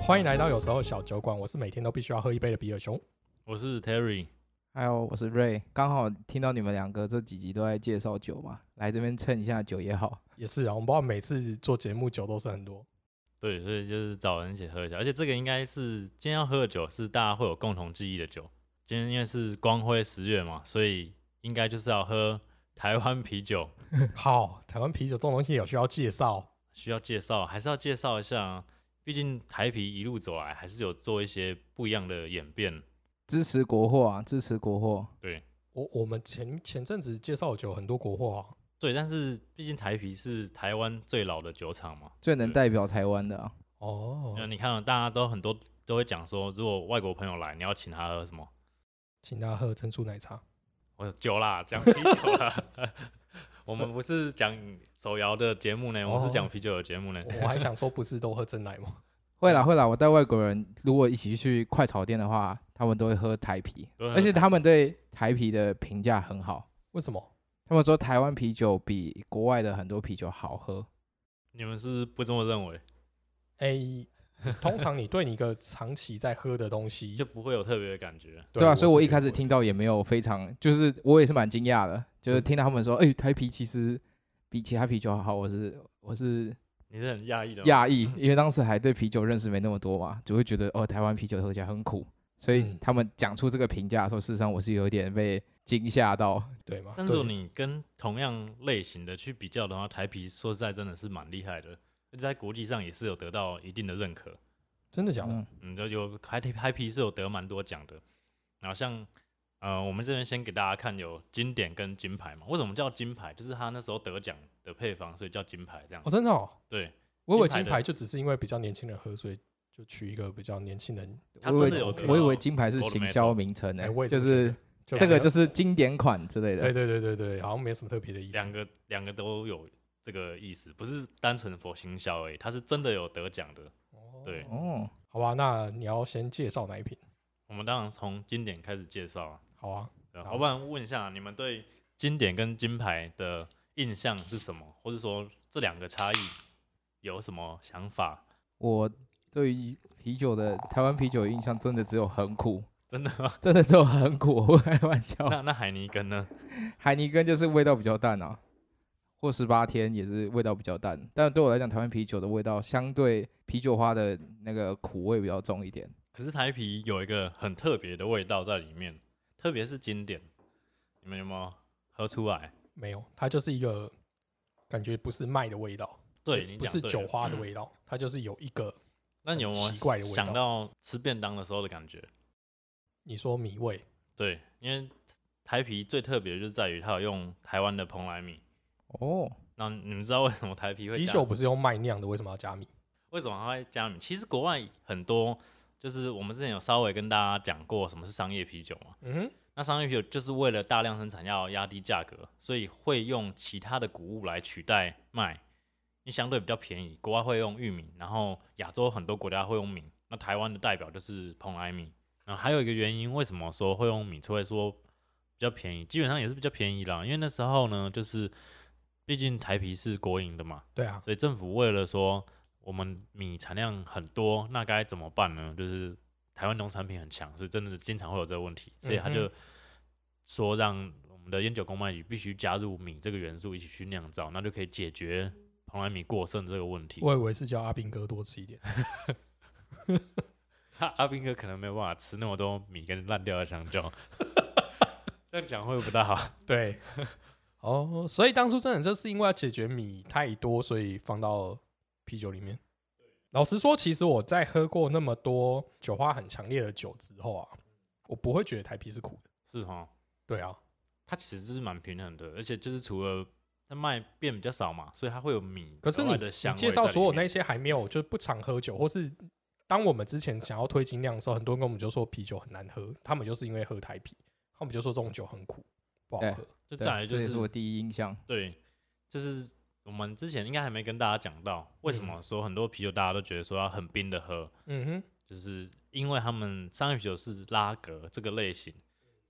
欢迎来到有时候小酒馆，我是每天都必须要喝一杯的比尔熊。我是 Terry，还有我是 Ray，刚好听到你们两个这几集都在介绍酒嘛，来这边蹭一下酒也好。也是啊，我们不知道每次做节目酒都是很多，对，所以就是找人一起喝一下，而且这个应该是今天要喝的酒是大家会有共同记忆的酒。今天因为是光辉十月嘛，所以应该就是要喝台湾啤酒，好，台湾啤酒这种东西有需要介绍，需要介绍还是要介绍一下啊？毕竟台啤一路走来还是有做一些不一样的演变。支持国货啊，支持国货。我我们前前阵子介绍的酒很多国货啊，对，但是毕竟台啤是台湾最老的酒厂嘛，最能对代表台湾的、啊，哦，那你看、啊、大家都很多都会讲说，如果外国朋友来，你要请他喝什么？请大家喝珍珠奶茶。我有酒啦，讲啤酒啦。 我们不是讲手摇的节目呢，我们哦是讲啤酒的节目呢。我我还想说，不是都喝真奶吗？ 会啦会啦。我带外国人如果一起去快炒店的话，他们都会喝台啤，都会喝而且台他们对台啤的评价很好，为什么？他们说台湾啤酒比国外的很多啤酒好喝。你们是不是不这么认为，哎、通常你对你一个长期在喝的东西，就不会有特别的感觉。对啊，所以我是一觉开得始不会听到也没有非常，就是我也是蛮惊讶的，就真是的听到他们说，哎、台啤其实比其他啤酒好，我是我是你是很讶异的吗，讶异，因为当时还对啤酒认识没那么多嘛，只会觉得哦，台湾啤酒喝起来很苦，所以嗯他们讲出这个评价的时候，事实上我是有点被惊吓到。对吗？但是对你跟同样类型的去比较的话，台啤说实在真的是蛮厉害的，而且在国际上也是有得到一定的认可。真的假的？嗯，嗯，就有台台啤是有得蛮多奖的。然后像呃，我们这边先给大家看有经典跟金牌嘛，为什么叫金牌？就是他那时候得奖的配方，所以叫金牌这样哦，。真的哦。对，我以为金牌金的牌就只是因为比较年轻人喝，所以就取一个比较年轻人。他我以真的为有得我以到为金牌是 gold 行 medal 销名称呢、哦哎我也就这么觉是得就这没个有就是经典款之类对的。对对对对，好像没什么特别的意思。两个两个都有这个意思，不是单纯佛行销而已，它是真的有得奖的。对哦，好吧，那你要先介绍哪一瓶？我们当然从经典开始介绍啊，好啊，对吧好要不然问一下你们对经典跟金牌的印象是什么，或者说这两个差异有什么想法？我对于啤酒的台湾啤酒的印象真的只有很苦，真的吗？真的只有很苦，我开玩哦笑。那那海尼根呢？海尼根就是味道比较淡啊，或十八天也是味道比较淡。但对我来讲，台湾啤酒的味道相对啤酒花的那个苦味比较重一点。可是台啤有一个很特别的味道在里面，特别是经典，你们有没有喝出来？没有，它就是一个感觉不是麦的味道，对，也你不讲是对酒了。嗯花的味道，它就是有一个那你有没很奇怪的有味道想到吃便当的时候的感觉？你说米味，对，因为台啤最特别的就是在于它有用台湾的蓬莱米。哦，那你们知道为什么台啤会啤加酒不是用麦酿的，为什么要加米？为什么它会加米？其实国外很多，就是我们之前有稍微跟大家讲过什么是商业啤酒嘛。嗯，那商业啤酒就是为了大量生产要压低价格，所以会用其他的谷物来取代麦，因为相对比较便宜。国外会用玉米，然后亚洲很多国家会用米，那台湾的代表就是蓬莱米。然后还有一个原因，为什么说会用米？除了说比较便宜，基本上也是比较便宜啦。因为那时候呢，就是毕竟台啤是国营的嘛，对啊，所以政府为了说我们米产量很多，那该怎么办呢？就是台湾农产品很强，所以真的经常会有这个问题，所以他嗯就说让我们的烟酒公卖局必须加入米这个元素一起去酿造，那就可以解决蓬莱米过剩这个问题。我以为是叫阿兵哥多吃一点。哈阿斌哥可能没有办法吃那么多米跟烂掉的香蕉， 这样讲会不会不大好。对， 哦，所以当初真的就是因为要解决米太多，所以放到啤酒里面。老实说，其实我在喝过那么多酒花很强烈的酒之后啊，我不会觉得台啤是苦的。是哦，对啊，它其实就是蛮平衡的，而且就是除了它卖变比较少嘛，所以它会有米可是额你外的你香味介绍在里所有面那些还没有就是不常喝酒，或是当我们之前想要推精酿的时候，很多人跟我们就说啤酒很难喝，他们就是因为喝台啤，他们就说这种酒很苦，不好对喝。就对再来就这也是是我第一印象。对，就是我们之前应该还没跟大家讲到，为什么说很多啤酒大家都觉得说要很冰的喝，嗯哼，就是因为他们商业啤酒是拉格这个类型，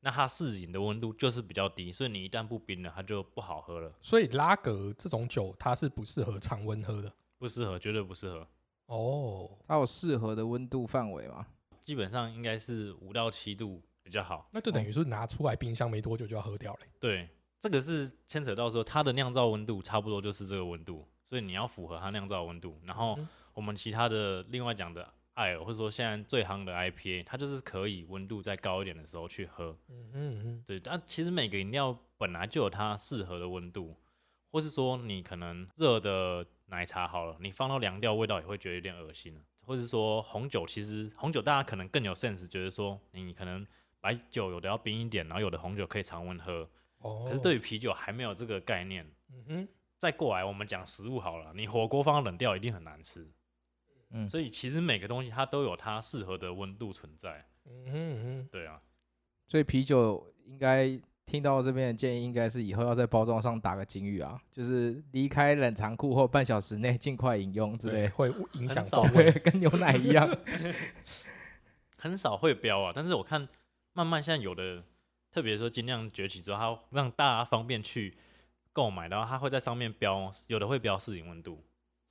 那它适饮的温度就是比较低，所以你一旦不冰了，它就不好喝了，所以拉格这种酒它是不适合常温喝的。不适合，绝对不适合。哦，它有适合的温度范围吗？基本上应该是五到七度比较好。那就等于是拿出来冰箱没多久就要喝掉了欸。对，这个是牵扯到说它的酿造温度差不多就是这个温度，所以你要符合它酿造温度。然后嗯我们其他的另外讲的艾尔，或者说现在最夯的 IPA，它就是可以温度再高一点的时候去喝。嗯嗯嗯，对，但其实每个饮料本来就有它适合的温度，或是说你可能热的奶茶好了，你放到凉掉，味道也会觉得有点恶心了。或是说红酒，其实红酒大家可能更有 sense，觉得说你可能白酒有的要冰一点，然后有的红酒可以常温喝。哦，可是对于啤酒还没有这个概念。嗯哼，再过来，我们讲食物好了，你火锅放到冷掉一定很难吃。嗯所以其实每个东西它都有它适合的温度存在。嗯哼嗯对啊，所以啤酒应该听到这边的建议，应该是以后要在包装上打个警语啊，就是离开冷藏库后半小时内尽快饮用之哼，类对，的。会影响很到少味对， 跟牛奶一样。很少会标啊，但是我看慢慢现在有的，特别说精酿崛起之后，它让大家方便去购买，然后它会在上面标，有的会标适应温度，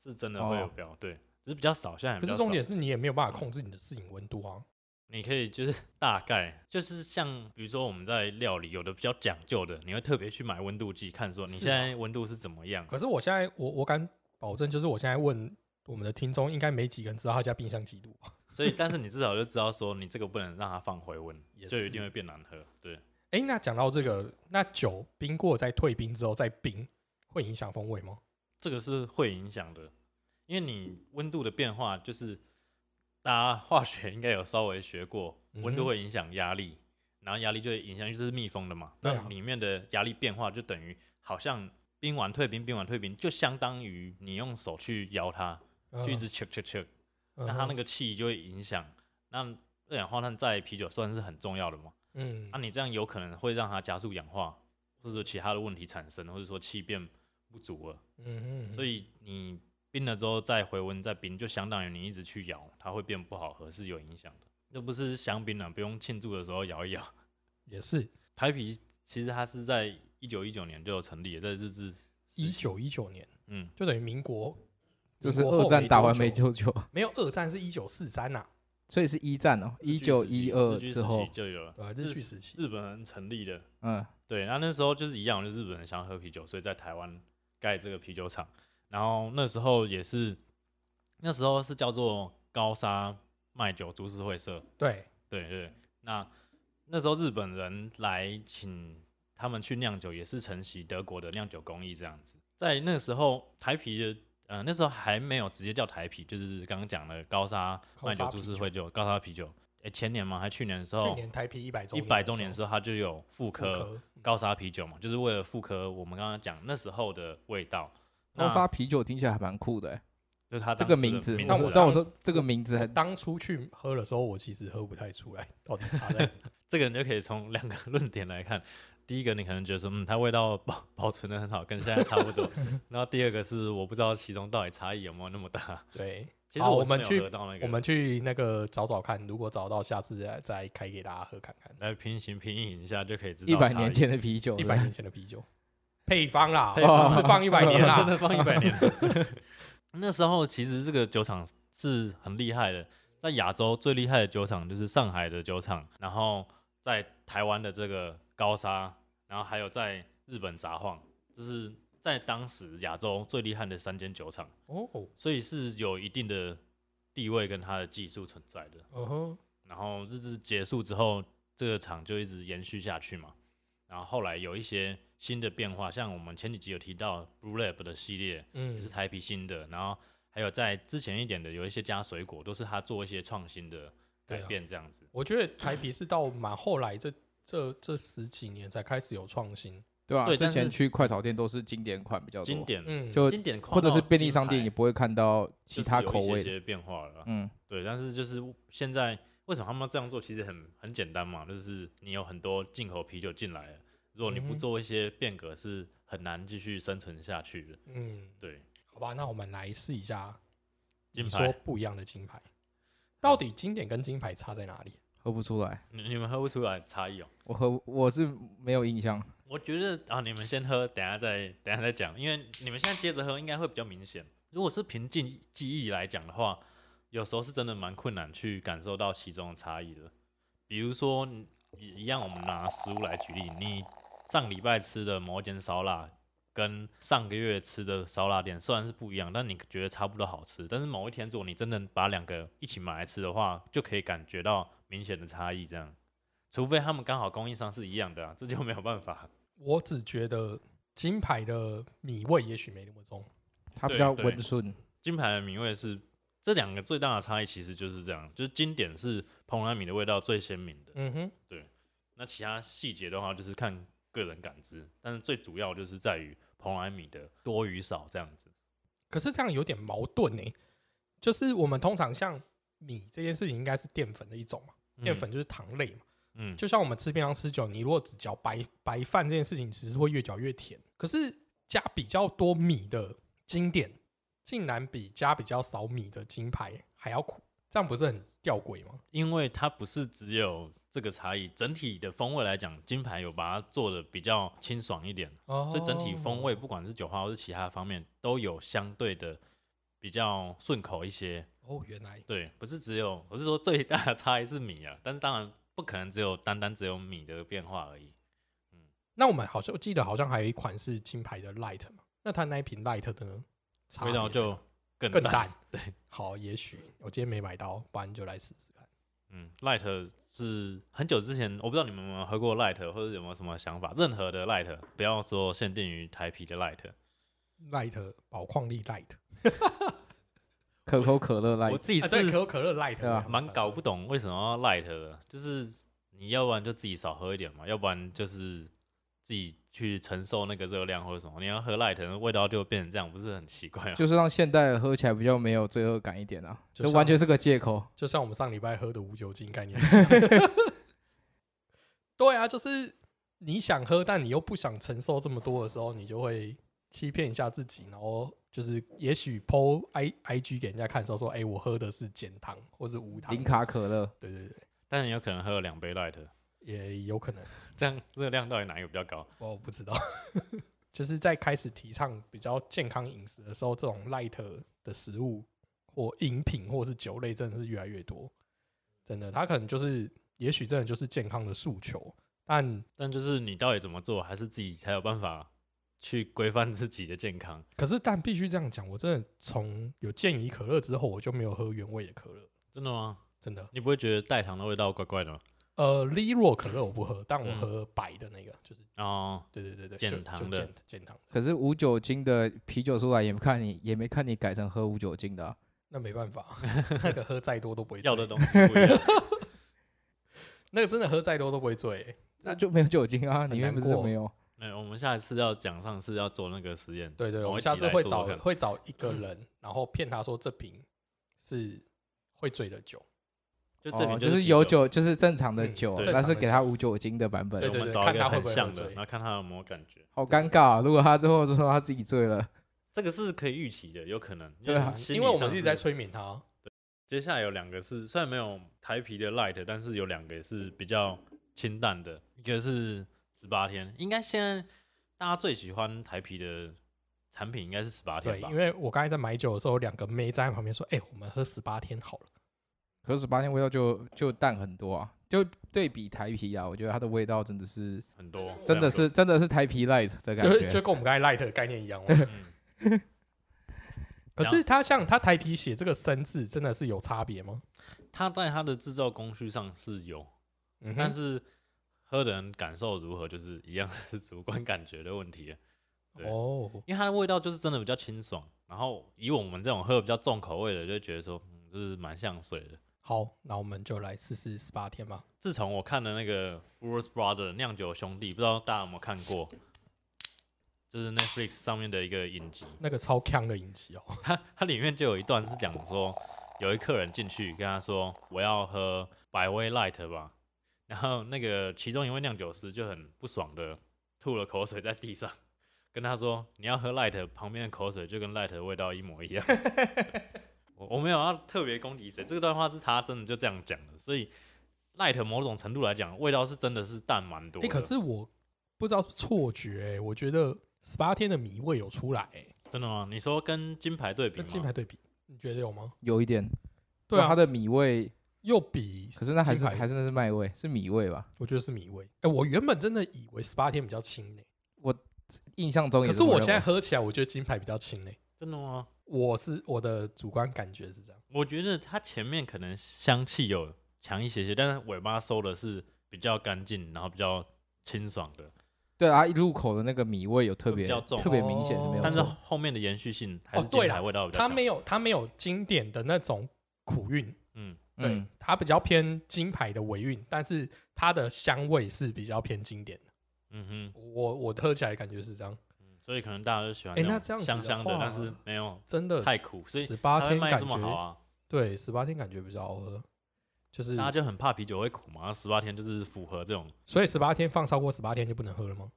是真的会有哦标，对，只是比较少，现在也可比较是少重点是你也没有办法控制你的适应温度啊。你可以就是大概就是像比如说我们在料理有的比较讲究的，你会特别去买温度计看说你是啊现在温度是怎么样。可是我现在，我我敢保证，就是我现在问我们的听众，应该没几个人知道他家冰箱几度啊吧？所以，但是你至少就知道说，你这个不能让它放回温 也，就是一定会变难喝。对，哎、那讲到这个，那酒冰过再退冰之后再冰，会影响风味吗？这个是会影响的，因为你温度的变化，就是大家化学应该有稍微学过，温嗯度哼会影响压力，然后压力就会影响，因为这是密封的嘛，对啊那里面的压力变化就等于好像冰完退冰，冰完退冰，就相当于你用手去摇它，就嗯一直 check check check，那那它那个气就会影响，那二氧化碳在啤酒算是很重要的嘛。嗯那、你这样有可能会让它加速氧化，或者说其他的问题产生，或者说气变不足了。嗯嗯，所以以你冰了之后再回温再冰，就相当于你一直去摇，它会变不好喝，是有影响的。又不是香槟了，啊不用庆祝的时候摇一摇。也是 台啤其实它是在一九一九年就有成立了，在日治，一九一九年，嗯，就等于民国，就是民国后二战打完没没多久，多久，没有二战是一九四三啊呐，所以是一战哦，一日据九时期一二日据时之后期，就有了对吧？呃啊日据时期，日本人成立的。嗯，对，那那时候就是一样，就是日本人想喝啤酒，所以在台湾盖这个啤酒厂。然后那时候也是，那时候是叫做高沙卖酒株式会社。对，对对，那那时候日本人来请他们去酿酒，也是承袭德国的酿酒工艺这样子。在那时候，台啤的，呃，那时候还没有直接叫台啤，就是刚刚讲的高沙高卖酒沙株啤式会酒、高沙啤酒。诶，前年吗？还去年的时去候，年台啤一百周哦一年，百周年的的时候，它就有复候刻复刻高沙啤酒嘛，就是为了复刻我们刚刚讲那时候的味道。高那沙啤酒听起来还蛮酷的欸，就是它这啊当个时名的字。名那我字说我啊但我当说这个名字我很，当初去喝的时候，我其实喝不太出来 到底差 在这个你就可以从两个 论点来看。第一个，你可能觉得说，嗯，它味道保保存的很好，跟现在差不多。然后第二个是，我不知道其中到底差异有没有那么大。对。其实好我是们没有去喝到那个，我们去那个找找看，如果找到，下次再再开给大家喝看看。来平行平饮一下就可以知道。一百年，前的啤酒，一百年前的啤酒，配方啦，哦 配方不是放一百年啊 真啦。的放一百年。 那时候其实这个酒厂是很厉害的，在亚洲最厉害的酒厂就是上海的酒厂，然后在台湾的这个高沙，然后还有在日本札幌，这是在当时亚洲最厉害的三间酒厂，哦，所以是有一定的地位跟它的技术存在的。嗯哼，然后日治结束之后，这个厂就一直延续下去嘛。然后后来有一些新的变化，像我们前几集有提到 Blue Lab 的系列也是嗯，台啤新的，然后还有在之前一点的有一些加水果，都是他做一些创新的改对啊变这样子。我觉得台啤是到蛮后来这这这十几年才开始有创新。对吧？对之但前是去快炒店都是经典款比较经多，典，嗯，就经典跨或者是到便利金商店牌也不会看到就是其他有一口些味的。些变化了啦。嗯，对，但是就是现在为什么他们要这样做？其实很很简单嘛，就是你有很多进口啤酒进来了，如果你嗯不哼做一些变革，是很难继续生存下去的。嗯，对，好吧，那我们来试一下，金你牌说不一样的金牌，到底经典跟金牌差在哪里？喝不出来，你你们喝不出来差异哦。我喝我是没有印象。我觉得啊，你们先喝，等一下再等一下再讲，因为你们现在接着喝应该会比较明显。如果是凭记记忆来讲的话，有时候是真的蛮困难去感受到其中的差异的。比如说，你一一样，我们拿食物来举例，你上礼拜吃的某一间烧腊，跟上个月吃的烧腊店虽然是不一样，但你觉得差不多好吃。但是某一天如果你真的把两个一起买来吃的话，就可以感觉到明显的差异。这样，除非他们刚好供应商是一样的、啊，这就没有办法。我只觉得金牌的米味也许没那么重，它比对较对温顺，金牌的米味是这两个最大的差异，其实就是这样，就是经典是蓬莱米的味道最鲜明的，嗯哼，那其他细节的话就是看个人感知，但是最主要就是在于蓬莱米的多与少这样子。可是这样有点矛盾呢、欸就是我们通常像米这件事情，应该是淀粉的一种嘛，淀粉就是糖类嘛。嗯，嗯，就像我们吃便当吃久，你如果只嚼白白饭这件事情，其实会越嚼越甜。可是加比较多米的经典，竟然比加比较少米的金牌还要苦，这样不是很吊诡吗？因为它不是只有这个差异，整体的风味来讲，金牌有把它做的比较清爽一点，哦所以整体风味不管是酒花或是其他方面，都有相对的比较顺口一些。哦，原来对，不是只有，我是说最大的差异是米啊，但是当然不可能只有单单只有米的变化而已。那我们好像我记得好像还有一款是金牌的 light 嘛，那它那一瓶 light 的呢，差味别道在就哪更更淡。淡。对， 好，也许我今天没买到，不然就来试试看。嗯，light 是很久之前，我不知道你们有没有喝过 light，或者有没有什么想法？任何的 light，不要说限定于台啤的 light。 light 宝矿力 light，可口可乐来我，自己啊对可是口可乐 light，对啊蛮搞不懂为什么要 light 的，就是你要不然就自己少喝一点嘛，要不然就是自己去承受那个热量或者什么。你要喝 light，那味道就变成这样，不是很奇怪吗？就是让现代人喝起来比较没有罪恶感一点啊，就这像完全是个借口。就像我们上礼拜喝的无酒精概 念一样。对啊，就是你想喝，但你又不想承受这么多的时候，你就会欺骗一下自己，然后就是也许 PO I I G 给人家看的时候说，哎、我喝的是减糖或是无糖零，卡可乐，对对对，但你有可能喝了两杯 light，也有可能，这样热量到底哪一个比较高？我不知道。 就是在开始提倡比较健康饮食的时候，这种 light 的食物或饮品或是酒类真的是越来越多，真的，它可能就是也许真的就是健康的诉求，但但就是你到底怎么做，还是自己才有办法去规范自己的健康。可是，但必须这样讲，我真的从有健怡可乐之后，我就没有喝原味的可乐，真的吗？真的。你不会觉得代糖的味道怪怪的吗？呃，Lero 可乐我不喝，但我嗯喝白的那个，就是哦，对对对对，减就糖就的减减糖的，可是无酒精的啤酒出来也没看你，也没看你改成喝无酒精的啊、那没办法， 那个喝再多都不会醉，要的东西不一样。 那个真的喝再多都不会醉、那就没有酒精啊，很里面难不是过没有。没有，我们下一次要讲上次要做那个实验，对对，我我们们一下起次来会做找做看嗯会找一个人，然后骗他说这瓶是会醉的酒，就这哦，里就是是有啤酒，酒，就是正常的嗯酒，对但正是常的给他无酒精的版对本对，我对们找看一他个会很不会像喝的，醉然后看他有没有感觉。好尴尬、啊。如果他最后说他自己醉了，这个是可以预期的，有可能。对啊嗯就是心理因为我们上一直是在催眠他。接下来有两个是虽然没有台啤的 light，但是有两个也是比较清淡的，一个是十八天，应该现在大家最喜欢台啤的产品应该是十八对，天吧因？为我刚才在买酒的时候，两个妹在旁边说：“哎、我们喝十八天好了。”可是八天味道就就淡很多啊，就对比台啤啊，我觉得它的味道真的是很多真的非是真的是台啤 light 的感就就觉。跟我们刚才 light 的概念一样哦。常多，嗯，可是他像他台皮写这个生字，真的是有差别吗？它在它的制造工序上是有，嗯但哼，是喝的人感受如何，就是一样是主观感觉的问题了，对哦，因为它的味道就是真的比较清爽，然后以我们这种喝比较重口味的，就觉得说，嗯，就是蛮像水的。好，那我们就来试试十八天吧。自从我看了那个 Brewers Brother 酿酒兄弟，不知道大家有没有看过，就是 Netflix 上面的一个影集，那个超强的影集哦，它它里面就有一段是讲说，有一客人进去跟他说我要喝百威 Light 吧，然后那个其中一位酿酒师就很不爽的吐了口水在地上，跟他说你要喝 Light，旁边的口水就跟 Light 的味道一模一样。 我我没有要特别攻击谁，这段话是他真的就这样讲的，所以 Light 某种程度来讲，味道是真的是淡蛮多哎、的。可是我不知道是错觉、欸，我觉得十八天的米味有出来、欸，真的吗？你说跟金牌对比跟吗？金牌对比，你觉得有吗？有一点，对啊，它的米味，又比，可是那还是金牌还是那是麦味，是米味吧？我觉得是米味。哎、我原本真的以为十八天比较轻呢、印象中也可是是这么我认现在为喝起来，我觉得金牌比较轻呢、真的吗？我是我的主观感觉是这样，我觉得它前面可能香气有强一些些，但是尾巴收的是比较干净，然后比较清爽的，对啊，一入口的那个米味有特会比别较重特别明显是没有哦错，但是后面的延续性还哦是对金牌啦味道比较它强。没有它没有经典的那种苦韵，嗯，对，嗯，它比较偏金牌的尾韵，但是它的香味是比较偏经典的。嗯哼，我我喝起来感觉是这样，所以可能大家就喜欢诶那这样子种香的香的，话但是没有真的太苦，所以十它八会天卖感这么觉好啊。对十八天感觉比较好喝，就是大家就很怕啤酒会苦嘛，十八天就是符合这种。所以十八天放超过十八天就不能喝了吗？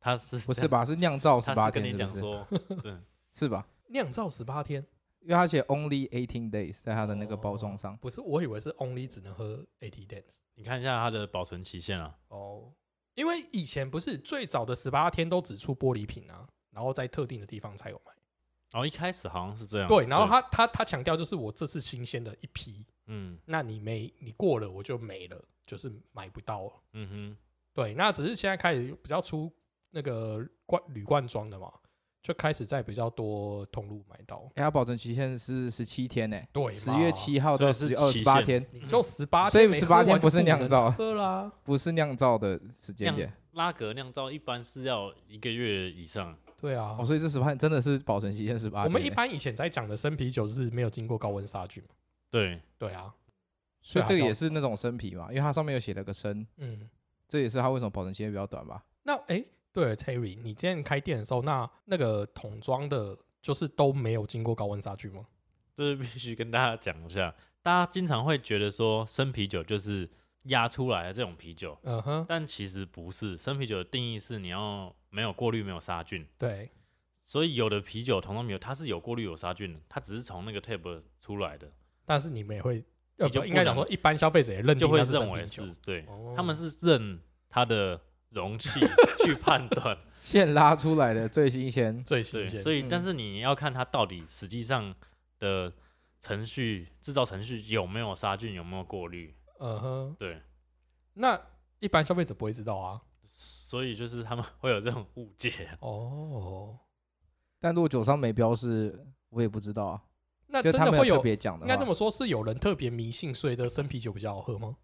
他是不是？吧？是酿造十他八是跟天你是不讲是？说， 对，是吧？酿造十八天因为它写 only eighteen days 在它的那个包装上，哦不是，我以为是 only 只能喝 AT dance 你看一下它的保存期限啊，哦，因为以前不是最早的十八天都只出玻璃瓶啊，然后在特定的地方才有卖。然后哦一开始好像是这样。啊对，然后他他他强调就是我这次新鲜的一批，嗯那你没你过了我就没了，就是买不到了。嗯哼，对，那只是现在开始比较出那个罐铝罐装的嘛，就开始在比较多通路买到。哎，它保存期限是十七天呢，对嘛，十月七号所以到是十期二十八限天，你就十八，嗯所以没喝18完天就不是酿能造喝啦。不是酿造的时间酿点拉格酿造一般是要一个月以上，对啊哦，，所以这十八真的是保存期限十八我天们欸。一般以前在讲的生啤酒是没有经过高温杀菌嘛。对，对啊，所以这个也是是那种生啤嘛，因为它上面有写了个生，嗯。这也是它为什么保存期限比较短吧？那诶，对了，Terry，你今天开店的时候，那那个桶装的，就是都没有经过高温杀菌吗？这必须跟大家讲一下。大家经常会觉得说生啤酒就是压出来的这种啤酒，嗯哼，但其实不是。生啤酒的定义是你要没有过滤、没有杀菌，对，所以有的啤酒同样没有，它是有过滤、有杀菌的，它只是从那个 tab 出来的，但是你们也会，呃，你就不不应该讲说，一般消费者也认就定会那是认生为啤酒是。对。哦他们是认它的容 器去判断，现拉出来的最新鲜，最新对，鲜，所以但嗯是你要看它到底实际上的程序制造程序有没有杀菌，有没有过滤，嗯哼，对，那一般消费者不会知道啊。所以就是他们 会有这种误解，哦，但如果酒商没标示，我也不知道啊。那就真他的没会有特有，别讲的应话，该这么说，是有人特别迷信，所以的生啤酒比较好喝吗？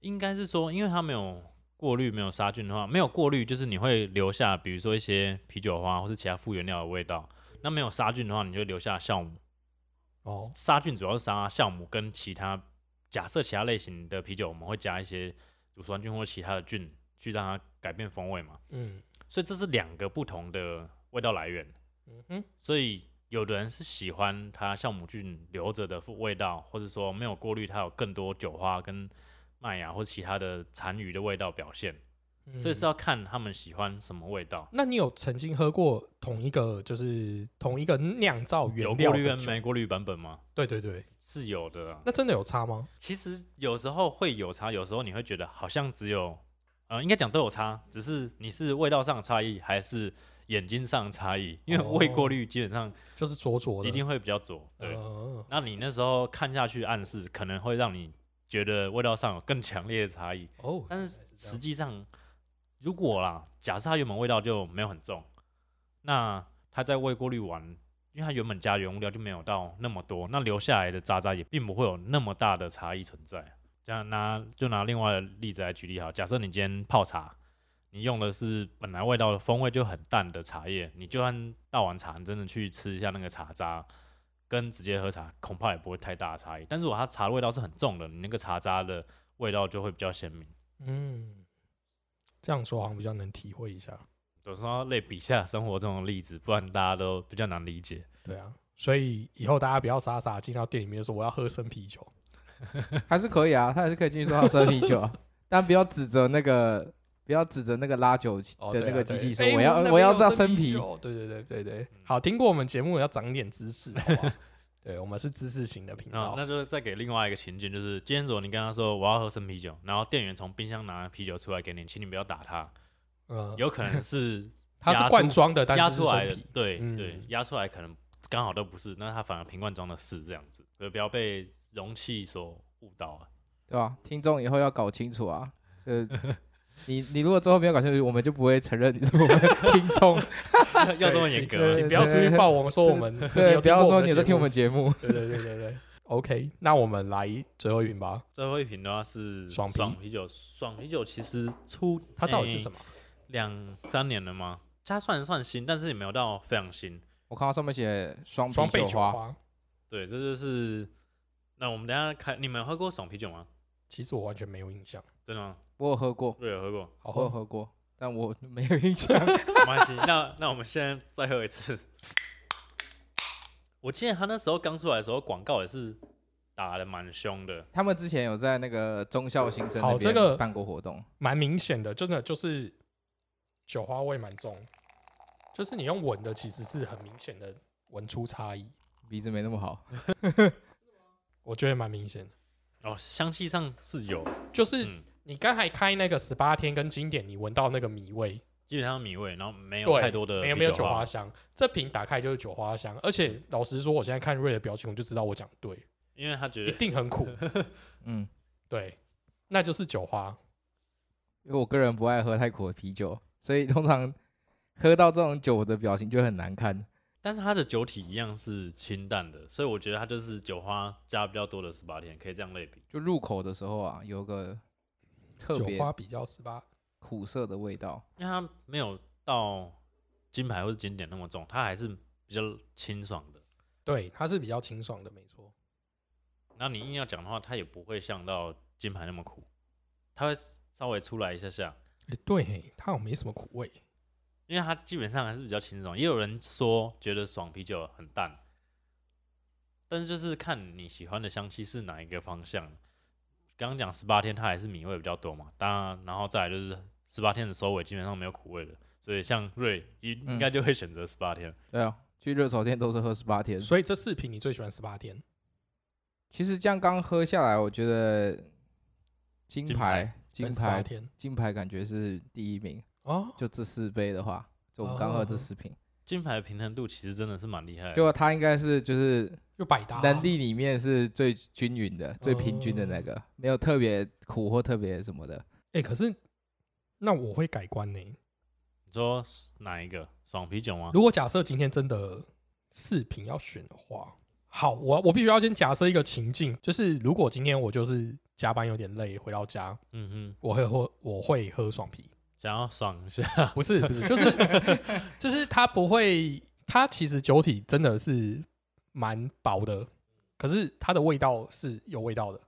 应该是说，因为它没有过滤、没有杀菌的话，没有过滤就是你会留下，比如说一些啤酒花或是其他副原料的味道。那没有杀菌的话，你就会留下酵母。哦，杀菌主要是杀酵母跟其他假设其他类型的啤酒，我们会加一些乳酸菌或其他的菌去让它改变风味嘛。嗯所以这是两个不同的味道来源。嗯哼，所以有的人是喜欢它酵母菌留着的味道，或者说没有过滤，它有更多酒花跟麦芽或其他的残余的味道表现。嗯所以是要看他们喜欢什么味道，那你有曾经喝过同一个，就是同一个酿造有原过料滤的跟酒？没过滤版本吗？对对对，是有的啊、那真的有差吗？其实有时候会有差，有时候你会觉得好像只有，呃，应该讲都有差，只是你是味道上的差异还是眼睛上的差异，因为哦未过滤基本上就是灼灼的，一定会比较浊，对。嗯那你那时候看下去暗示，可能会让你觉得味道上有更强烈的差异，哦，但是这样实际上，如果啦，假设它原本味道就没有很重，那它在未过滤完，因为它原本加原物料就没有到那么多，那留下来的渣渣也并不会有那么大的差异存在。这样拿就拿另外的例子来举例好，假设你今天泡茶，你用的是本来味道的风味就很淡的茶叶，你就算倒完茶，你真的去吃一下那个茶渣，跟直接喝茶恐怕也不会太大的差异。但是如果它茶的味道是很重的，你那个茶渣的味道就会比较鲜明。嗯，这样说好像比较能体会一下，有时候要类比一下生活中的例子，不然大家都比较难理解。对啊，所以以后大家不要傻傻进到店里面就说我要喝生啤酒，还是可以啊，他还是可以继续说他生啤 酒啊，但不要指责那个，不要指责那个拉酒哦的对那啊个机对器说哎我要们那我边要有知道生生啤，酒，对对对对嗯对，好，听过我们节目要长点知识，好不好？对我们是知识型的频那道，那就是再给另外一个情境，就是今天如果你跟他说我要喝生啤酒，然后店员从冰箱拿啤酒出来给你，请你不要打他，嗯，有可能是它压是出罐装的， 但压是是出来生的啤，，对、嗯对，压出来可能刚好都不是，那它反而瓶罐装的是这样子，所以不要被容器所误导啊。 对吧？听众以后要搞清楚啊，呃，你 你如果之后没有搞清楚，我们就不会承认你是我们听 众，要要这么请严格啊呃吗？请不要出去爆我们说我们对，不要说你有在听我的们节节目，目，对对对对对。OK，那我们来最后一瓶吧，最后一瓶的话是爽啤啤酒，爽啤酒其实出它到底是什么？么？两三年了吗？它算算新，但是也没有到非常新。我看到上面写哎双双啤倍酒酒花，花。对，这就是。那我们等一下看，你们有喝过爽啤酒吗？其实我完全没有印象，真的吗？我有喝过，瑞有 喝过，好我有喝喝过，但我没有印 象。没关系。那那我们现在再喝一次。我记得他那时候刚出来的时候，广告也是打的蛮凶的。他们之前有在那个中校新生好那这个边办过活动，蛮明显的，真的就是酒花味蛮重，就是你用闻的其实是很明显的闻出差异，鼻子没那么好。我觉得蛮明显的。哦，香气上是有，就是嗯，你刚才开那个十八天跟经典，你闻到那个米味，基本上米味，然后没有对太多的没有啤没有酒酒花香，这瓶打开就是酒花香，而且老实说，我现在看瑞的表情，我就知道我讲对，因为他觉一得定很 苦，嗯，对，那就是酒花。因为我个人不爱喝太苦的啤酒，所以通常喝到这种酒，我的表情就很难看。但是它的酒体一样是清淡的，所以我觉得它就是酒花加比较多的十八天，可以这样类比。就入口的时候啊，有个特酒别花比较十八，苦涩的味道。因为它没有到金牌或是经典那么重，它还是比较清爽的。对，它是比较清爽的，没错。那你硬要讲的话，它也不会像到金牌那么苦，它会稍微出来一下下，诶对嘿，它好像没什么苦味。因为它基本上还是比较清爽。也有人说觉得爽啤酒很淡，但是就是看你喜欢的香气是哪一个方向。刚刚讲十八天，它还是米味比较多嘛，当然，然后再来就是十八天的收尾基本上没有苦味的，所以像瑞应应该就会选择十八天。对啊，去热炒店都是喝十八天。所以这四瓶你最喜欢十八天，其实这样刚喝下来，我觉得金金牌牌金十八牌天金牌感觉是第一名。哦，就这四杯的话，就我们刚喝这哦四瓶，金牌的平衡度其实真的是蛮厉害的，就它应该是就是又百搭、能力里面是最均匀的、最平均的那哦个，没有特别苦或特别什么的。哎、可是那我会改观呢、你说哪一个爽啤酒吗？如果假设今天真的四瓶要选的话，好，我我必须要先假设一个情境，就是如果今天我就是加班有点累，回到家嗯哼，我会喝我会喝爽啤，想要爽一下，不是不是，就是就是它不会，它其实酒体真的是蛮薄的，可是它的味道是有味道的。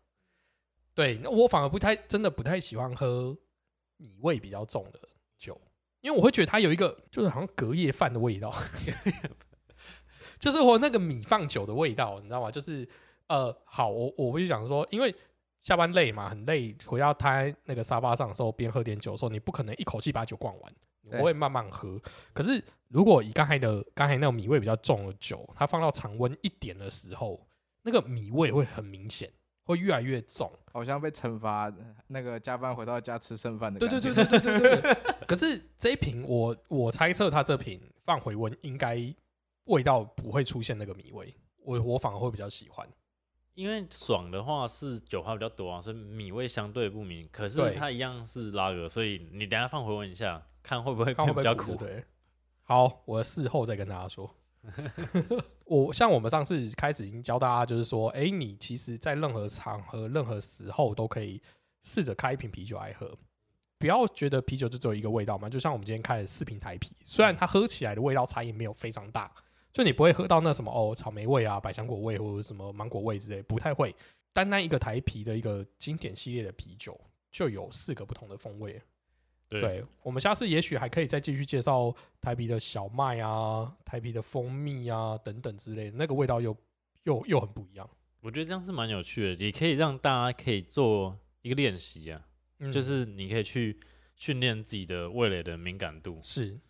对，那我反而不太真的不太喜欢喝米味比较重的酒，因为我会觉得它有一个就是好像隔夜饭的味道， 就是我那个米饭酒的味道，你知道吗？就是呃，好，我我会想说，因为下班累嘛，很累，回到他那个沙发上的时候，边喝点酒的时候，你不可能一口气把酒灌完，你对会慢慢喝。可是如果以刚才的刚才那种米味比较重的酒，它放到常温一点的时候，那个米味会很明显，会越来越重。好像被惩罚，那个加班回到家吃剩饭的对感对觉。对对对对对对。 可是这一瓶我，我猜测它这瓶放回温应该味道不会出现那个米味，我我反而会比较喜欢。因为爽的话是酒花比较多啊，所以米味相对不明。可是对它一样是拉格，所以你等一下放回温一下，看会不会看会变不比会较苦对苦。不对。好，我事后再跟大家 说。我像我们上次开始已经教大家，就是说，哎、你其实在任何场合、任何时候都可以试着开一瓶啤酒来喝，不要觉得啤酒就只有一个味道嘛。就像我们今天开的四瓶台啤，虽然它喝起来的味道差异没有非常大，就你不会喝到那什么哦草莓味啊、百香果味或者什么芒果味之类，不太会。单单一个台啤的一个经典系列的啤酒，就有四个不同的风味了。对对，我们下次也许还可以再继续介绍台啤的小麦啊、台啤的蜂蜜啊等等之类的，那个味道又又又很不一样。我觉得这样是蛮有趣的，也可以让大家可以做一个练习啊，嗯就是你可以去训练自己的味蕾的敏感度。是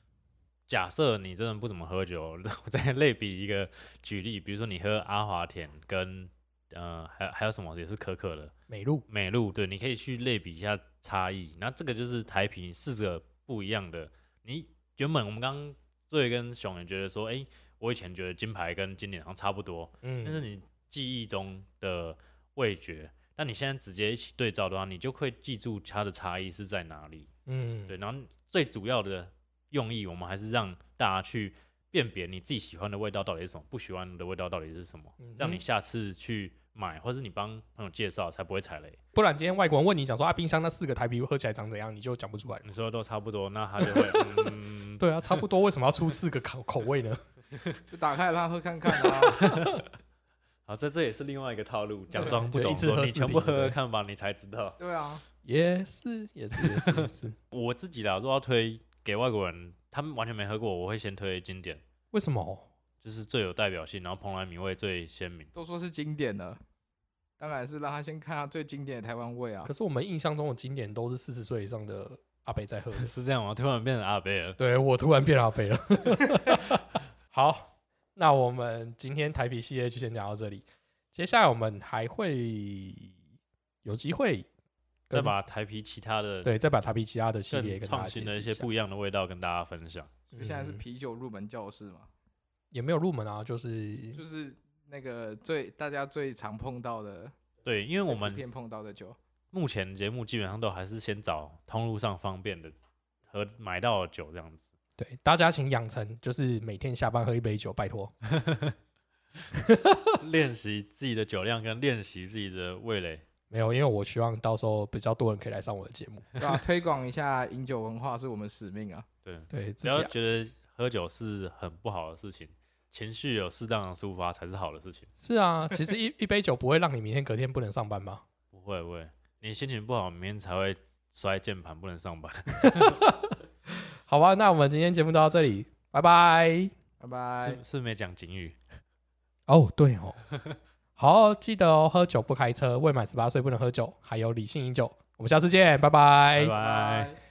假设你真的不怎么喝酒， 我再类比一个举例，比如说你喝阿华田跟呃还还有什么也是可可的，美露，美露，对，你可以去类比一下差异。那这个就是台啤四个不一样的，你原本我们刚最跟熊也觉得说，哎、我以前觉得金牌跟经典好像差不多，但嗯，是你记忆中的味觉，但你现在直接一起对照的话，你就会记住它的差异是在哪里。嗯，对，，然后最主要的用意，我们还是让大家去辨别你自己喜欢的味道到底是什么，不喜欢的味道到底是什么，嗯这样你下次去买，或是你帮朋友介绍，才不会踩雷。不然今天外国人问你讲说啊，冰箱那四个台啤喝起来长怎样，你就讲不出来。你说都差不多，那他就会 嗯，对啊，差不多，为什么要出四个口口味呢？ 就打开来喝看看啊。好，这这也是另外一个套路，假对装不对懂一直说喝你四全瓶部的喝喝对看吧，你才知道。对啊，也是，也是，也是，也是。 我自己啦，如果要推给外国人，他们完全没喝过，我会先推经典，为什么？就是最有代表性，然后蓬莱米味最鲜明。都说是经典了，当然是让他先看他最经典的台湾味啊可。是我们印象中的经典都是四十岁以上的阿北在喝的。是这样吗？啊突然变成阿贝尔，对我突然变阿北了。 好，那我们今天台啤系列就先讲到这里，接下来我们还会有机会再跟把台啤其他的对再把台啤其他的系列更跟大创家解新的释一些下不一样的味道跟大家分享。就现在是嗯啤酒入门教室嘛，也没有入门啊，就是就是那个最大家最常碰到的，对，因为我最普们遍碰到的酒，目前节目基本上都还是先找通路上方便的和买到的酒这样子。对大家请养成就是每天下班喝一杯酒，拜托。练习自己的酒量跟练习自己的味蕾。没有，因为我希望到时候比较多人可以来上我的节目。对吧、推广一下饮酒文化是我们使命啊。对，对，自己不要啊觉得喝酒是很不好的事情，情绪有适当的抒发才是好的事情。是啊，其实一一杯酒不会让你明天隔天不能上班吧？不会不会，你心情不好，明天才会摔键盘，不能上班。好吧，那我们今天节目就到这里，拜拜。拜拜。是是没讲警语，哦，对哦， 好，记得哦，喝酒不开车，未满十八岁不能喝酒，还有理性饮酒。我们下次见，拜拜拜拜。拜